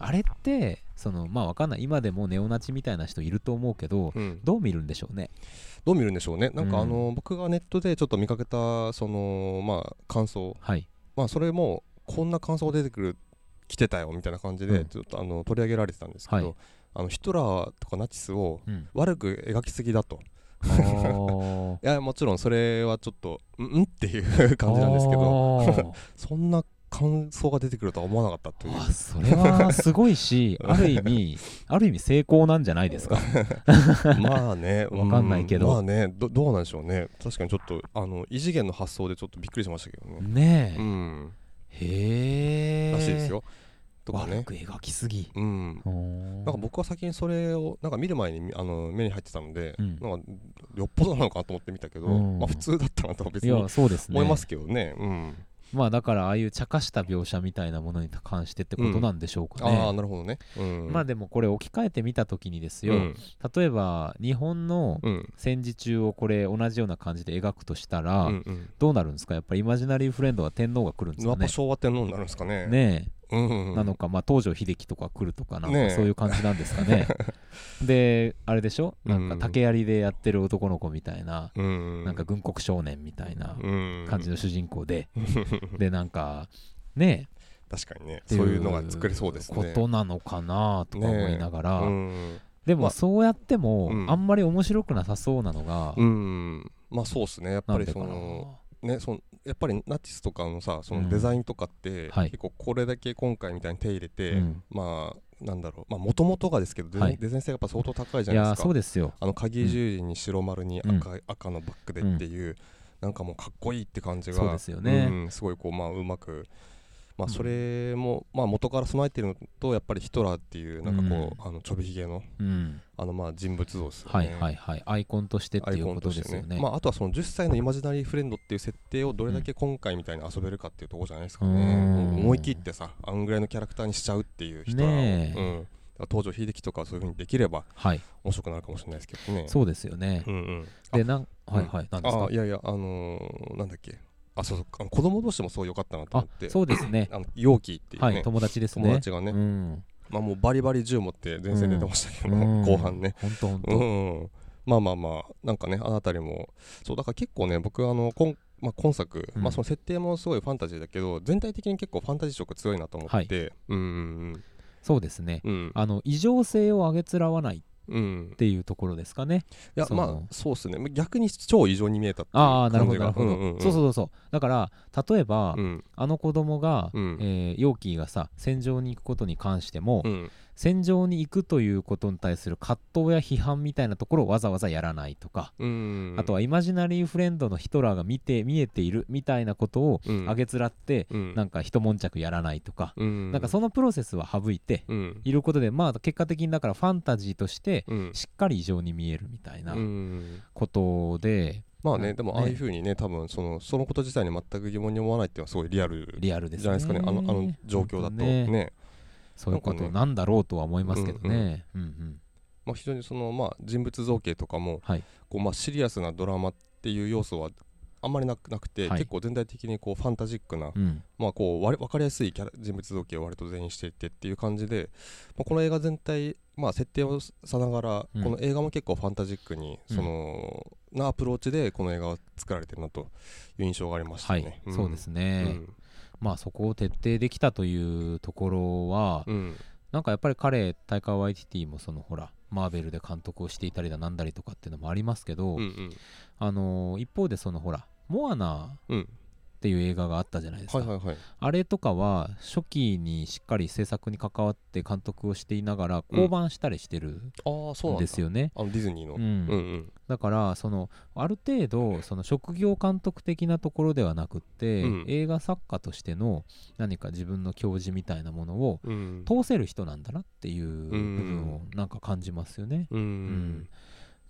S1: あれってそのまあわかんない今でもネオナチみたいな人いると思うけど、
S2: うん
S1: どう見るんでしょうね
S2: どう見るんでしょうねなん
S1: う
S2: か
S1: ん
S2: あの僕がネットでちょっと見かけたそのまあ感想
S1: はい
S2: まあそれもこんな感想出てくる来てたよみたいな感じで
S1: うん
S2: ちょっとあの取り上げられてたんですけ
S1: はい
S2: どあのヒトラーとかナチスを
S1: うん
S2: 悪く描きすぎだと
S1: あー
S2: いやもちろんそれはちょっとうんんっていう感じなんですけど
S1: ど
S2: そんな感想が出てくるとは思わなかった という
S1: あそれはすごい しある意味ある意味成功なんじゃないですか
S2: まあね
S1: わかんないけど
S2: うんまあねどどうなんでしょうね確かにちょっとあの異次元の発想でちょっとびっくりしましたけどね
S1: ねえ、
S2: うん
S1: へえ
S2: らしいですよとか
S1: 悪
S2: ね
S1: く描きすぎ
S2: うん
S1: なん
S2: なんか僕は先にそれをなんか見る前にみあの目に入ってたので、
S1: うん
S2: なんかよっぽどなのかなと思ってみたけど、
S1: うん
S2: まあ普通だったなとは別
S1: い
S2: に
S1: やそうですね
S2: 思いますけどねうん
S1: まあだからああいう茶化した描写みたいなものに関してってことなんでしょうか
S2: ああ
S1: ね、
S2: なるほどねうん
S1: まあでもこれ置き換えてみた時にですよ、
S2: うん
S1: 例えば日本の
S2: うん
S1: 戦時中をこれ同じような感じで描くとしたら、
S2: うんうん
S1: どうなるんですかやっぱりイマジナリーフレンドは天皇が来るんです
S2: や
S1: か
S2: っぱ
S1: ね
S2: 昭和天皇になるんですかね
S1: ねえ
S2: うんうんうん
S1: なのか、まあ、東條英機とか来るとかなん
S2: ね
S1: か
S2: え
S1: そういう感じなんですか ね。であれでしょなんか
S2: うん
S1: 竹槍でやってる男の子みたいな、
S2: うん
S1: なんか軍国少年みたいな感じ
S2: の
S1: の主人公で、でなんかねえ
S2: 確かにね
S1: って
S2: そういうのが作れそうです
S1: こ
S2: ね
S1: となのかなとか思いながら、
S2: うん
S1: で
S2: ま
S1: も
S2: あ
S1: そうやっても、
S2: うん
S1: あんまり面白くなさそうなのが、
S2: うんまあそうですねやっ
S1: な
S2: ぱ
S1: ん
S2: り
S1: で
S2: そ
S1: かな。
S2: のね、そのやっぱりナチスとかのさそ
S1: うん
S2: のデザインとかって、
S1: はい
S2: 結構これだけ今回みたいに手入れて、
S1: うん
S2: まあなんだろうまあもともとがですけどデザ,、
S1: はい
S2: デザイン性がやっぱ相当高いじ
S1: い
S2: ゃない
S1: や
S2: です
S1: そ
S2: か
S1: うですよ。
S2: あの鍵十字に白丸に
S1: うん
S2: 赤,、赤のバックでっていう、なんかもうかっこいいって感じが
S1: そうですよね
S2: うんすごいこうまあうまく。まあ、
S1: うん
S2: それも、まあ、元から備えてるのとやっぱりヒトラーっていうなんかこう、あのちょびひげの
S1: うん、
S2: あのまあ人物像ですよね。
S1: はいはいはいアイコンとしてって
S2: アイ
S1: いう
S2: コ
S1: こ
S2: ン
S1: とで
S2: として
S1: すよね。
S2: まあ、あとはその10歳のイマジナリーフレンドっていう設定をどれだけ今回みたいに遊べるかっていうところじゃないですかね、
S1: うん
S2: 思い切ってさあんぐらいのキャラクターにしちゃうっていう人は、
S1: ねえ
S2: うん、東条英機とかはそういうふうにできれば
S1: はい
S2: 面白くなるかもしれないですけどね
S1: そうですよね。
S2: うんうん
S1: でなんはいはい、なんです
S2: あ
S1: か
S2: あいやいやあのーなんだっけあそうそうあの子供同士もそう良かったなと
S1: あ
S2: 思って
S1: そうですね
S2: あの陽気っていうね、
S1: はい友達ですね
S2: 友達がね、
S1: うん
S2: まあもうバリバリ銃持って前線出てましたけど、
S1: うん
S2: 後半ね
S1: ほんとほん
S2: う
S1: と
S2: ん、まあまあまあなんかねあなたりもそうだから結構ね僕あの今,、まあ、今作、
S1: うん
S2: まあその設定もすごいファンタジーだけど全体的に結構ファンタジー色強いなと思って、うんうん
S1: そうですね
S2: うんうん
S1: あの異常性を上げつらわないっ
S2: うん
S1: ていうところですかね
S2: いや
S1: その
S2: まあそうっすね逆に超異常に見えたっていう
S1: ああ
S2: 感
S1: なるほ
S2: じ
S1: ど
S2: が
S1: なるほど、
S2: うんうんうん、
S1: そうそうそうそうだから例えば、
S2: うん
S1: あの子供が、
S2: うん
S1: えーヨーキーがさ戦場に行くことに関しても、
S2: うん
S1: 戦場に行くということに対する葛藤や批判みたいなところをわざわざやらないとか、
S2: うん
S1: あとはイマジナリーフレンドのヒトラーが見て見えているみたいなことを
S2: うん
S1: あげつらって、
S2: うん
S1: なんか一悶着やらないとか、
S2: うん
S1: なんかそのプロセスは省いて
S2: うん
S1: いることでまあ結果的にだからファンタジーとして
S2: うん
S1: しっかり異常に見えるみたいな
S2: うん
S1: ことで
S2: まあ
S1: な
S2: ね
S1: ん
S2: で
S1: かね
S2: もああいうふうにね多分そのそのこと自体に全く疑問に思わないっていうのはすごいリアル
S1: リアルですね。
S2: じゃないですかねあのあの状況だと
S1: 本当ね
S2: ね
S1: そういうこ
S2: なん
S1: と
S2: かね
S1: なんだろうとは思いますけどね。うんうん
S2: まあ、非常にその、まあ、人物造形とかも、
S1: はい
S2: こうまあ、シリアスなドラマっていう要素はあんまりなくなくて、
S1: はい
S2: 結構全体的にこうファンタジックな、
S1: うん
S2: まあ、こうわ分かりやすいキャラ人物造形を割と全員していってっていう感じで、まあ、この映画全体、まあ、設定をさながら、
S1: うん
S2: この映画も結構ファンタジックに
S1: うん
S2: その、なアプローチでこの映画は作られてるなという印象がありました
S1: は
S2: ね。
S1: い、
S2: ん
S1: そうです
S2: う
S1: ね、
S2: ん
S1: まあそこを徹底できたというところは、
S2: うん
S1: なんかやっぱり彼タイカー・ワイティティもそのほらマーベルで監督をしていたりだなんだりとかっていうのもありますけど、
S2: うんうん
S1: あのー一方でそのほらモアナ
S2: うん
S1: っていう映画があったじゃないですか、
S2: はいはいはい。
S1: あれとかは初期にしっかり制作に関わって監督をしていながら降板したりしてるん
S2: ああそうなんだ
S1: ですよね。
S2: あのディズニーの。
S1: うん
S2: うん
S1: だからそのある程度その職業監督的なところではなくって、
S2: うん
S1: 映画作家としての何か自分の教示みたいなものを
S2: うん
S1: 通せる人なんだなっていう部分を
S2: う
S1: なんか感じますよね。
S2: うん
S1: うん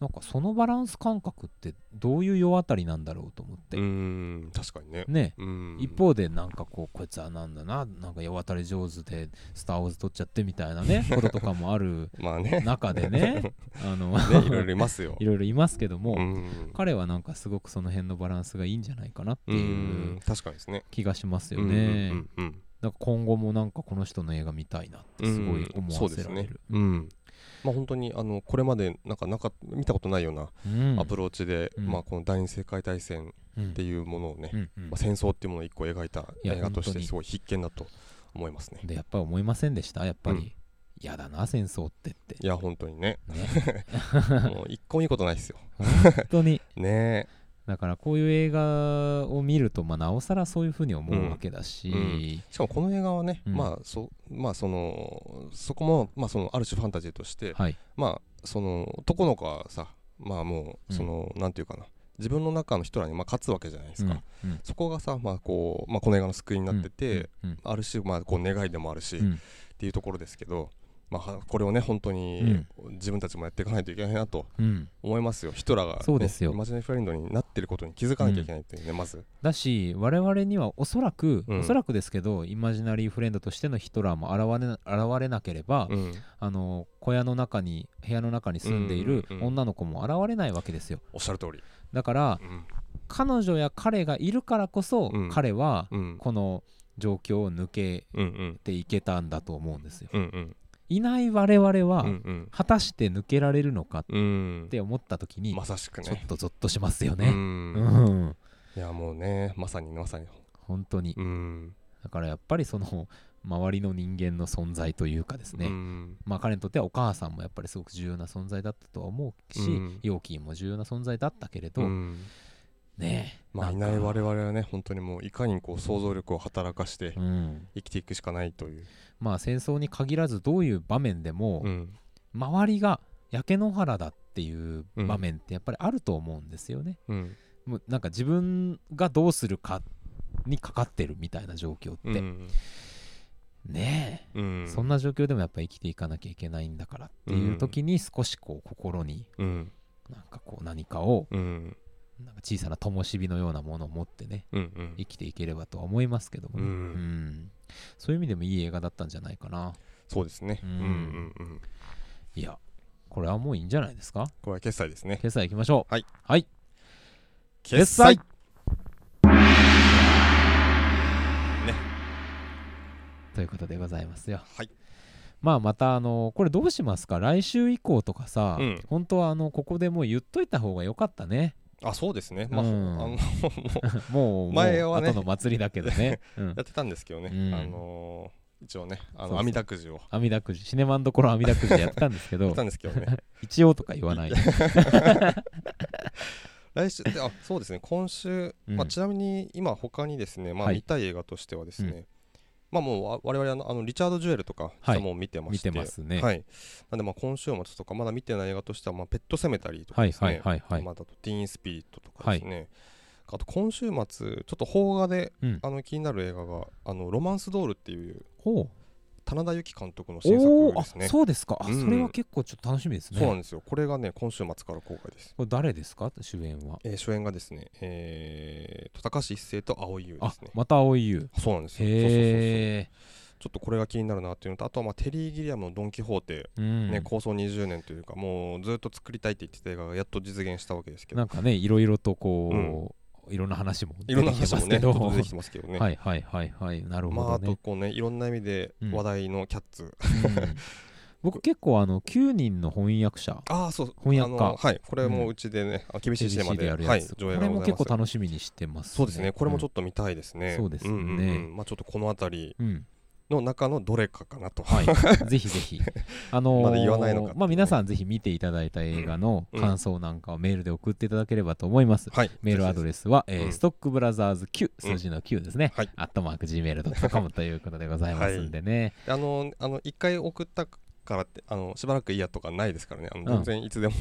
S1: なんかそのバランス感覚ってどういう世当たりなんだろうと思って、
S2: うん確かにね
S1: ね
S2: うん
S1: 一方でなんかこうこいつはなんだななんか世当たり上手で「スター・ウォーズ」撮っちゃってみたいな ねこととかもある
S2: ま あ ね
S1: 中でねあの
S2: ねいろいろいますよ
S1: いろいろいますけども、
S2: うん
S1: 彼はなんかすごくその辺のバランスがいいんじゃないかなって
S2: う
S1: いうん
S2: 確かにですね
S1: 気がしますよね。
S2: うんうん
S1: なんか今後もなんかこの人の映画見たいなってすごい思わせられる。
S2: うんうんまあ本当にあのこれまでなんかなか見たことないような
S1: うん
S2: アプローチで、
S1: うん
S2: まあこの第二次世界大戦
S1: うん
S2: っていうものをね、
S1: うんうん
S2: まあ、戦争っていうものを一個描いた
S1: いや
S2: 映画とし
S1: 本当
S2: て
S1: に
S2: すごい必見だと思いますね
S1: でやっぱり思いませんでしたやっぱ
S2: うん
S1: り嫌、だな戦争って って
S2: いや本当にね
S1: ね
S2: もう一個もいいことないですよ
S1: 本当に
S2: ね
S1: だからこういう映画を見ると、まあ、なおさらそういうふうに思うわけだし、
S2: うんしかもこの映画はね、
S1: うん
S2: まあそまあそのそこもまあそのある種ファンタジーとして、
S1: はい、
S2: まあその男の子はさまあも
S1: う
S2: うんその、なんていうかな自分の中の人らにまあ勝つわけじゃないですか、
S1: うんうん
S2: そこがさまあこう、まあ、この映画の救いになってて、
S1: うんうん
S2: ある種まあこう願いでもあるし、
S1: うん
S2: っていうところですけどまあはこれをね本当に自分たちもやっていかないといけないなと
S1: うん
S2: 思いますよ、ヒトラーが、ね、
S1: そうですよ
S2: イマジナリーフレンドになってることに気づかなきゃいけないっていうね、まず
S1: だし我々にはおそらく、
S2: うん
S1: おそらくですけどイマジナリーフレンドとしてのヒトラーも現れな現れなければ、
S2: うん
S1: あの小屋の中に部屋の中に住んでいる
S2: うんうんうん
S1: 女の子も現れないわけですよ
S2: おっしゃる通り
S1: だから
S2: うん
S1: 彼女や彼がいるからこそ、
S2: うん
S1: 彼は
S2: うん
S1: この状況を抜け
S2: うんうん
S1: っていけたんだと思うんですよ。
S2: うんうん
S1: いない我々は、
S2: うんうん
S1: 果たして抜けられるのかっ
S2: うん
S1: て思った時に、
S2: まさしく
S1: ちょっ
S2: ね
S1: とゾッとしますよ
S2: う
S1: ね。
S2: ん
S1: うん、
S2: いやもうねまさにまさに
S1: 本当に。
S2: うん
S1: だからやっぱりその周りの人間の存在というかですね、
S2: うん
S1: まあ彼にとってはお母さんもやっぱりすごく重要な存在だったとは思うし、
S2: うん
S1: ヨーキーも重要な存在だったけれど、
S2: うん
S1: ねえ
S2: まあい
S1: んか
S2: ない我々はね本当にもういかにこう想像力を働かして
S1: うん、
S2: 生きていくしかないという
S1: まあ戦争に限らずどういう場面でも、
S2: うん
S1: 周りが焼け野原だっていう場面ってやっぱりあると思うんですよね。
S2: うん
S1: もうなんか自分がどうするかにかかってるみたいな状況って、
S2: うん
S1: ね
S2: う
S1: え、
S2: ん
S1: そんな状況でもやっぱ生きていかなきゃいけないんだからっていう時に少しこう心に
S2: うん
S1: なんかこう何かを
S2: うん
S1: なんか小さな灯火のようなものを持ってね
S2: うんうん
S1: 生きていければとは思いますけどもね、
S2: うん
S1: んそういう意味でもいい映画だったんじゃないかな
S2: そうですね
S1: う
S2: うんんうんうん
S1: いやこれはもういいんじゃないですか
S2: これは決済ですね
S1: 決済行きましょう
S2: はい、
S1: はい、
S2: 決
S1: 済
S2: 済
S1: ということでございますよ
S2: はい
S1: まあまたあのこれどうしますか来週以降とかさ、
S2: うん
S1: 本当はあのここでもう言っといた方がよかった ね
S2: あそうですねまあ、
S1: うん
S2: あの
S1: も
S2: もう
S1: う
S2: 前は
S1: も
S2: ね
S1: う後の祭りだけど ね、うん
S2: やってたんですけどね、
S1: うん
S2: あのー一応ねあ
S1: そうそう
S2: の網だくじをや
S1: 阿弥陀くじシネマンどころ阿弥陀くじやってたんですけ
S2: っ
S1: ど
S2: てたんですけどね
S1: 一応とか言わない、
S2: 来週であそうですね今週、
S1: うん
S2: まあ、ちなみに今他にですね、まあ、
S1: はい
S2: 見たい映画としてはですね、
S1: う
S2: まあもうわ我々あのあのリチャード・ジュエルとか
S1: はい
S2: もう見てま
S1: 見
S2: して、
S1: てますね、
S2: はい、なんでまあ今週末とかまだ見てない映画としては、まあ、ペットセメタリーとか
S1: はい
S2: ですね、
S1: はいはいはい
S2: まあだとティーンスピリットとかですね、あと今週末ちょっと邦画で
S1: うん
S2: あの気になる映画が「あのロマンスドール」っていう
S1: ほう
S2: 棚田由紀監督の新
S1: お
S2: 作
S1: ー
S2: で
S1: あ
S2: すね
S1: そうですか、あ
S2: うん
S1: それは結構ちょっと楽しみですね
S2: そうなんですよこれがね今週末から公開です、
S1: これ誰ですか主演は、
S2: えー主演がですね、えー、と高橋一生と蒼井優で
S1: あ
S2: すね
S1: また青い優
S2: そうなんですよそうそうそうそう
S1: へえ
S2: ちょっとこれが気になるなっていうのとあとはまあテリー・ギリアムの「ドン・キホーテ」
S1: うん
S2: ね構想20年というかもうずっと作りたいって言ってた映画がやっと実現したわけですけど
S1: なんかねいろいろとこう、いろんな話も
S2: い
S1: 出
S2: ろん
S1: て
S2: な
S1: きて
S2: 話
S1: ま
S2: も
S1: す
S2: ね
S1: け
S2: ちょ
S1: ど
S2: っと出てきてますけどね、
S1: はいはいはいはいなる
S2: まあ
S1: ほど
S2: あと
S1: ね、
S2: こうねいろんな意味で
S1: うん
S2: 話題のキャッツ、
S1: うん僕結構あの9人の翻訳者
S2: ああそう
S1: 翻訳家
S2: あのはいこれもうちでね、あ厳しいシネ
S1: ABC
S2: マ
S1: で
S2: で
S1: やる
S2: は
S1: や
S2: い
S1: つ、
S2: 上映
S1: こ
S2: が
S1: れ
S2: ご
S1: も
S2: ざ
S1: 結
S2: います
S1: 構楽しみにしてます、
S2: そうですねこれもちょ
S1: っ
S2: っと見たいですね、
S1: そうですよね
S2: んうんうんまあちょっとこの辺り
S1: と、うん
S2: の中のどれかかなと、
S1: はい、 ぜひぜひ、あのー
S2: まだ言わないのかっていうね
S1: まあ、皆さんぜひ見ていただいた映画の
S2: うん
S1: 感想なんかをメールで送っていただければと思います。
S2: はい
S1: メールアド
S2: ス
S1: レスは、えー
S2: うん
S1: ストックブラザーズ9、数字の9ですね、
S2: はい
S1: アットマーク Gmail.com ということでございますんでね、
S2: あのあの一回送ったからってあのしばらくいいやとかないですからねあの
S1: うん
S2: 全然い つでも、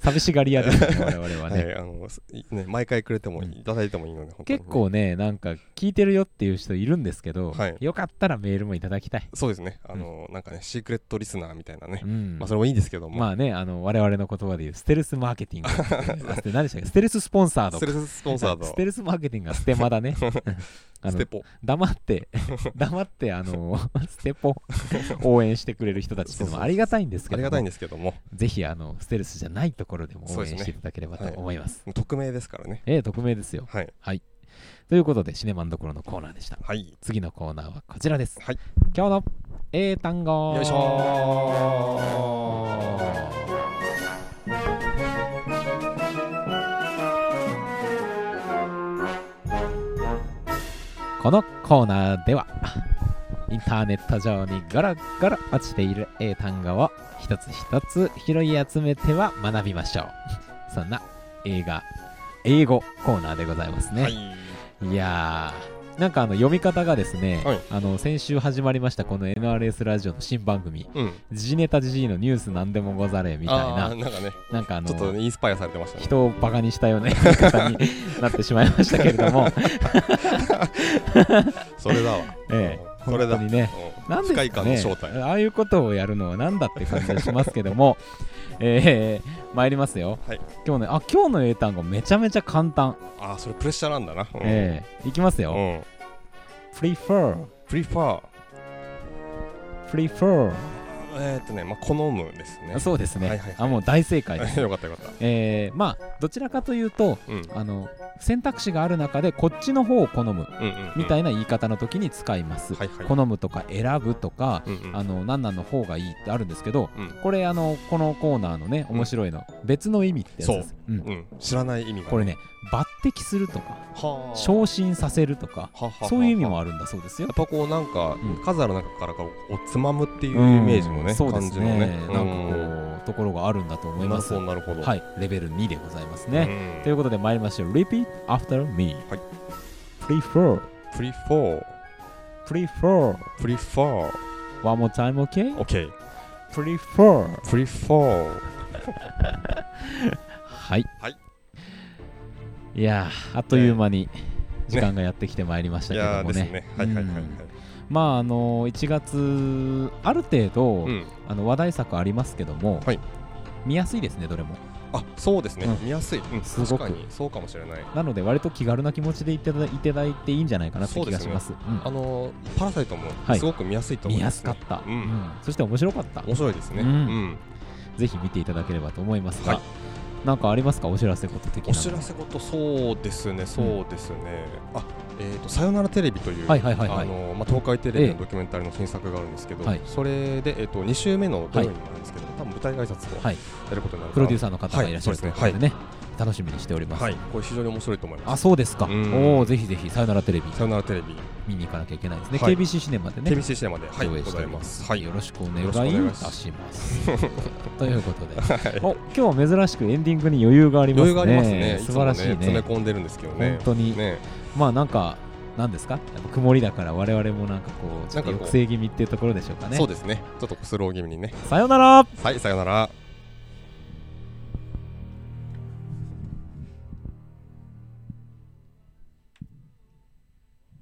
S1: 寂しがり屋ですね、我々は
S2: は
S1: ね。
S2: いあのすいね毎回くれても
S1: うん
S2: いただいてもいいので、本当にね
S1: 結構ね、なんか聞いてるよっていう人いるんですけど、
S2: はい
S1: よかったらメールもいただきたい。
S2: そうですねあの、なんかねシークレットリスナーみたいなね、
S1: うん
S2: まあそれもいいですけども、
S1: まあね、あの我々の言葉で言うステルスマーケティン グっていうあ何でしたっけステルススポンサード
S2: ステルススポンサード
S1: ステルスマーケティングがステマだ ね あ
S2: ス
S1: の
S2: テポ
S1: 黙って 黙ってあのステポ応援してくれる人たちっていうのもありがたいんですけ
S2: あ
S1: ど
S2: り
S1: も
S2: がたいんですけども
S1: ぜひあのステルスじゃないところでも応援していただければと思います
S2: 匿名ですからね
S1: ええ匿名ですよ
S2: はい
S1: ということでシネマンどころのコーナーでした
S2: はい
S1: 次のコーナーはこちらです、
S2: はい
S1: 今日の英単語
S2: よいしょ
S1: このコーナーではインターネット上にゴロゴロ落ちている英単語を一つ一つ拾い集めては学びましょうそんな映画英語コーナーでございますね、
S2: はい
S1: いやー、なんかあの読み方がですね、
S2: はい
S1: あの先週始まりましたこの NRS ラジオの新番組、
S2: うん
S1: ジジネタジジイのニュースなんでもござれみたい
S2: あー
S1: な、
S2: なんかね
S1: なんかあの、
S2: ちょっとねインスパイアされてましたね
S1: 人をバカにしたような 言い方になってしまいましたけれど も、
S2: それだわ
S1: ええ
S2: うんそれだ
S1: 本当にね
S2: うん
S1: なんです
S2: 不快
S1: か
S2: 感の
S1: ね
S2: 正体、
S1: ああいうことをやるのはなんだって感じがしますけども、 えー、参りますよ、
S2: はい
S1: 今日ね、あ今日の英単語、めちゃめちゃ簡単、
S2: ああそれプレッシャーなんだなうん
S1: えーいきますよ、
S2: うん
S1: prefer、
S2: prefer
S1: prefer、
S2: えーっとねまあ好むですね
S1: あそうですね、
S2: はいはいはい
S1: あもう大正解です
S2: よかったよかっ
S1: えーまあどちらかというと
S2: たうん
S1: あの選択肢がある中でこっちの方を好む
S2: うんうんうん
S1: みたいな言い方の時に使います、
S2: はいはい
S1: 好むとか選ぶとか、
S2: うんうん
S1: あの何々の方がいいってあるんですけど
S2: うん
S1: これあのこのコーナーのね面白いの、別の意味ってやつですうん
S2: うん知らない意味が
S1: これね抜擢するとか
S2: はあ
S1: 昇進させるとか
S2: ははは
S1: そういう意味も
S2: や
S1: あるんだそうですよ
S2: っぱこうなんか
S1: うん
S2: 数ある中からこうおつまむっていうイメージの
S1: う
S2: ね
S1: んそうで
S2: 感
S1: す
S2: じ
S1: ね
S2: のね
S1: なんかこうところがあるんだと
S2: う
S1: 思い
S2: ん
S1: ま
S2: なる
S1: す
S2: ほどなるほど
S1: はいいレベル2でございますね、
S2: ね
S1: ということで参りましょう。Repeat after me.
S2: はい
S1: Prefer.
S2: prefer
S1: Prefer.
S2: prefer
S1: One more time, okay?
S2: OK
S1: Prefer.
S2: prefer
S1: はい。
S2: はい、
S1: いやー、あっという間に時間がやってきてまいりまし
S2: い
S1: たけ
S2: や
S1: ど
S2: ー
S1: も
S2: です
S1: ね。
S2: ねはいはいはいはい
S1: うんまあ、あのー、1月、ある程度、
S2: うん
S1: あの話題作ありますけども、
S2: はい
S1: 見やすいですね、どれも。
S2: あそうですね
S1: うん
S2: 見やすいうん
S1: すごく
S2: 確かにそうかもしれない
S1: なので、割と気軽な気持ちでいただいていていいんじゃないかなって気がします。うん
S2: あのーパラサイトも
S1: はい
S2: すごく見やすいと思
S1: 見
S2: いま
S1: や
S2: す
S1: す
S2: ね
S1: かった、
S2: うん
S1: そして面白かった。
S2: 面白いですね
S1: う
S2: うんん
S1: ぜひ見ていただければと思いますが、
S2: はい
S1: なんかありますかお知らせこと的な
S2: お知らせ事そうですねそうですね、あえーと「さよならテレビ」という
S1: は
S2: あ
S1: いはいはいはい
S2: のまあ東海テレビ
S1: ええ
S2: のドキュメンタリーの新作があるんですけど
S1: はい
S2: それでえーと2週目の土曜日なんですけど多分舞台挨拶を
S1: はい
S2: やることになる
S1: プロデュー
S2: サ
S1: サーの方がいらっしゃるということで
S2: はい
S1: ね、楽しみにしております。
S2: はいこれ非常に面白いと思いま
S1: あ
S2: す
S1: そうですか、
S2: うん
S1: おおぜひぜひ、さよならテレビ、
S2: 「さよならテレビ」
S1: 見に行かなきゃいけないですね、
S2: はい
S1: KBC シネマでね、
S2: TBC シネマではい
S1: 上映
S2: ご
S1: して
S2: ざ
S1: お
S2: い
S1: りま
S2: ます
S1: す。
S2: はい
S1: よ
S2: は
S1: ろしくお願いいたします。 ということで、
S2: い
S1: お今日珍しくエンディングに余裕がありますね。
S2: 余裕がありますね
S1: 素晴らしい
S2: つも
S1: ね。
S2: 詰め込んでるんですけどね
S1: 本当に、
S2: ね
S1: まあなんか、なんですか、やっぱ曇りだから、我々もなんかこう、ちょっと
S2: なんかこう
S1: 抑制気味っていうところでしょうかね。
S2: そうですねちょっとスロー気味にね
S1: さよなら
S2: はいさよなら